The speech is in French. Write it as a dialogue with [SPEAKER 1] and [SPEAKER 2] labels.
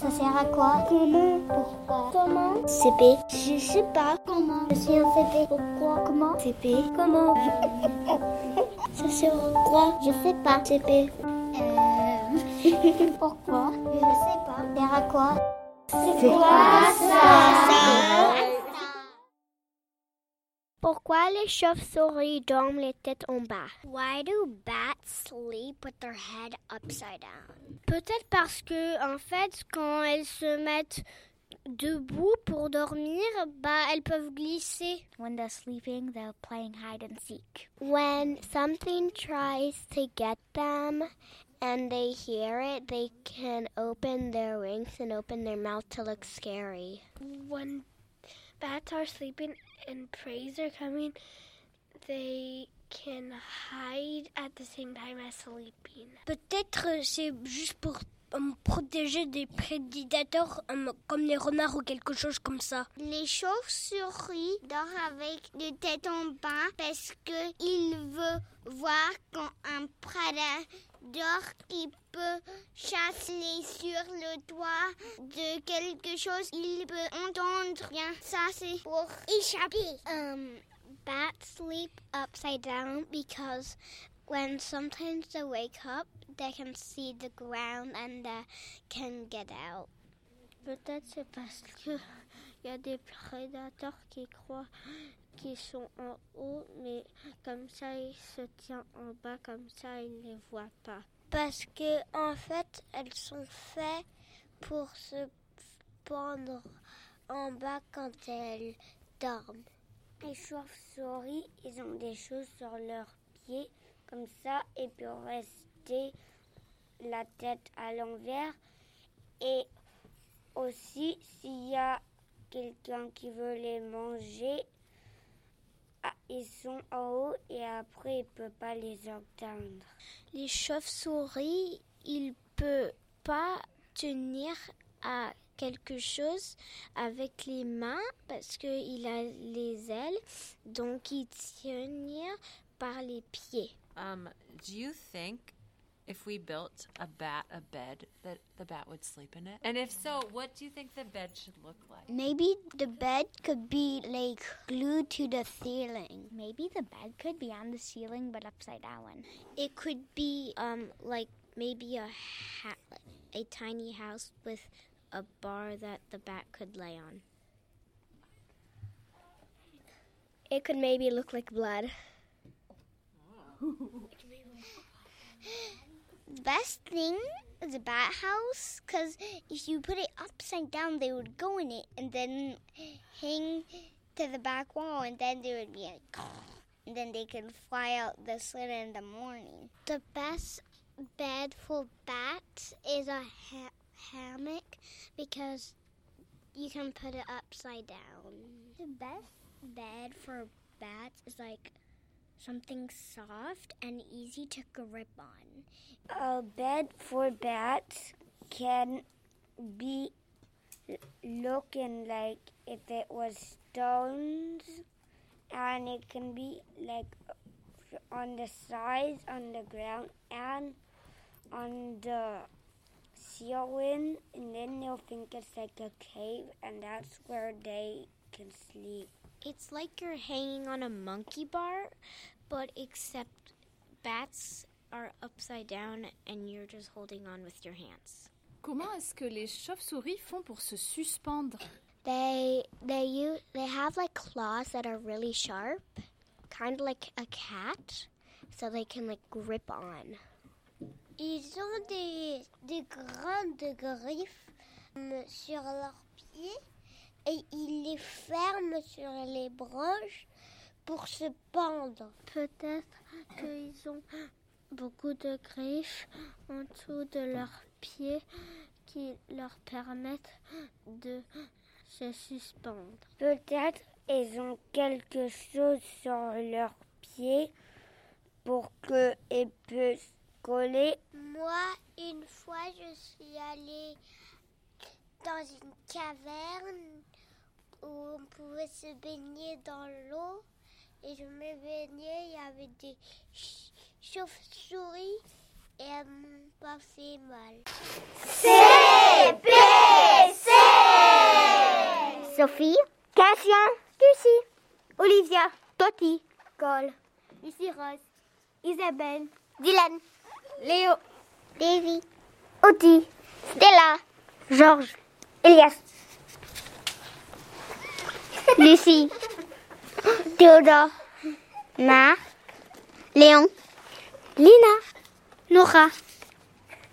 [SPEAKER 1] Ça sert à quoi Comment Pourquoi Comment CP Je sais pas. Comment Je suis un CP. Pourquoi Comment CP Comment Ça sert à quoi Je sais pas. CP. Euh... Pourquoi Je sais pas. Ça sert à quoi C'est quoi ça Pourquoi les chauves-souris dorment les têtes en bas Why do bats sleep with their head upside down Peut-être parce que en fait quand elles se mettent debout pour dormir, bah elles peuvent glisser.
[SPEAKER 2] When they're sleeping, they're playing hide and seek.
[SPEAKER 1] When something tries to get them and they hear it, they can open their wings and open their mouth to look scary.
[SPEAKER 3] when bats are sleeping and preys are coming, they can hide at the same time as sleeping.
[SPEAKER 4] Peut-être euh, c'est juste pour euh, me protéger des prédateurs euh, comme les renards ou quelque chose comme ça.
[SPEAKER 1] Les chauves-souris dorment avec des têtes en bas parce qu'ils veulent voir quand un prédateur qui peut chasser sur le toit de quelque chose, il peut entendre bien. Ça, c'est pour échapper. Um, bats sleep upside down because when sometimes they wake up, they can see the ground and they can get out. Peut-être c'est parce qu'il y a des prédateurs qui croient qu'ils sont en haut, mais comme ça ils se tiennent en bas, comme ça ils ne les voient pas. Parce que en fait, elles sont faites pour se pendre en bas quand elles dorment. Les chauves-souris, ils ont des choses sur leurs pieds, comme ça, et puis rester la tête à l'envers. Et aussi, s'il y a quelqu'un qui veut les manger, ah, ils sont en haut et après, il ne peut pas les entendre. Les chauves-souris, ils ne peuvent pas tenir à quelque chose avec les mains parce qu'il a les ailes, donc ils tiennent par les pieds.
[SPEAKER 5] Um, do you think if we built a bat a bed that the bat would sleep in it? And if so, what do you think the bed should look like?
[SPEAKER 1] Maybe the bed could be like glued to the ceiling.
[SPEAKER 2] Maybe the bed could be on the ceiling but upside down.
[SPEAKER 1] It could be um like maybe a ha- a tiny house with a bar that the bat could lay on. It could maybe look like blood. Best thing is a bat house because if you put it upside down, they would go in it and then hang to the back wall, and then they would be like, and then they could fly out the slit in the morning. The best bed for bats is a ha- hammock because you can put it upside down. The best bed for bats is like something soft and easy to grip on. A bed for bats can be looking like if it was stones, and it can be like on the sides, on the ground, and on the ceiling, and then they'll think it's like a cave, and that's where they can sleep. It's like you're hanging on a monkey bar, but except bats are upside down and you're just holding on with your hands.
[SPEAKER 6] Comment est-ce que les chauves-souris font pour se suspendre
[SPEAKER 1] They they use they have like claws that are really sharp, kind of like a cat, so they can like grip on. Ils ont des des grandes griffes hum, sur leurs pieds et ils les ferment sur les branches pour se pendre. Peut-être qu'ils ont beaucoup de griffes en dessous de leurs pieds qui leur permettent de se suspendre. Peut-être ils ont quelque chose sur leurs pieds pour qu'ils puissent coller. Moi, une fois, je suis allée dans une caverne où on pouvait se baigner dans l'eau. Et je me baignais, il y avait des ch- chauves-souris et elles m'ont pas fait mal. CP
[SPEAKER 4] Sophie, Cassian, Lucie, Olivia, Totti, Cole, Lucie Rose, Isabelle, Dylan, Léo, Davy, Oti, Stella, Georges, Elias, Lucie, Théodore, Marc, Léon, Lina, Nora,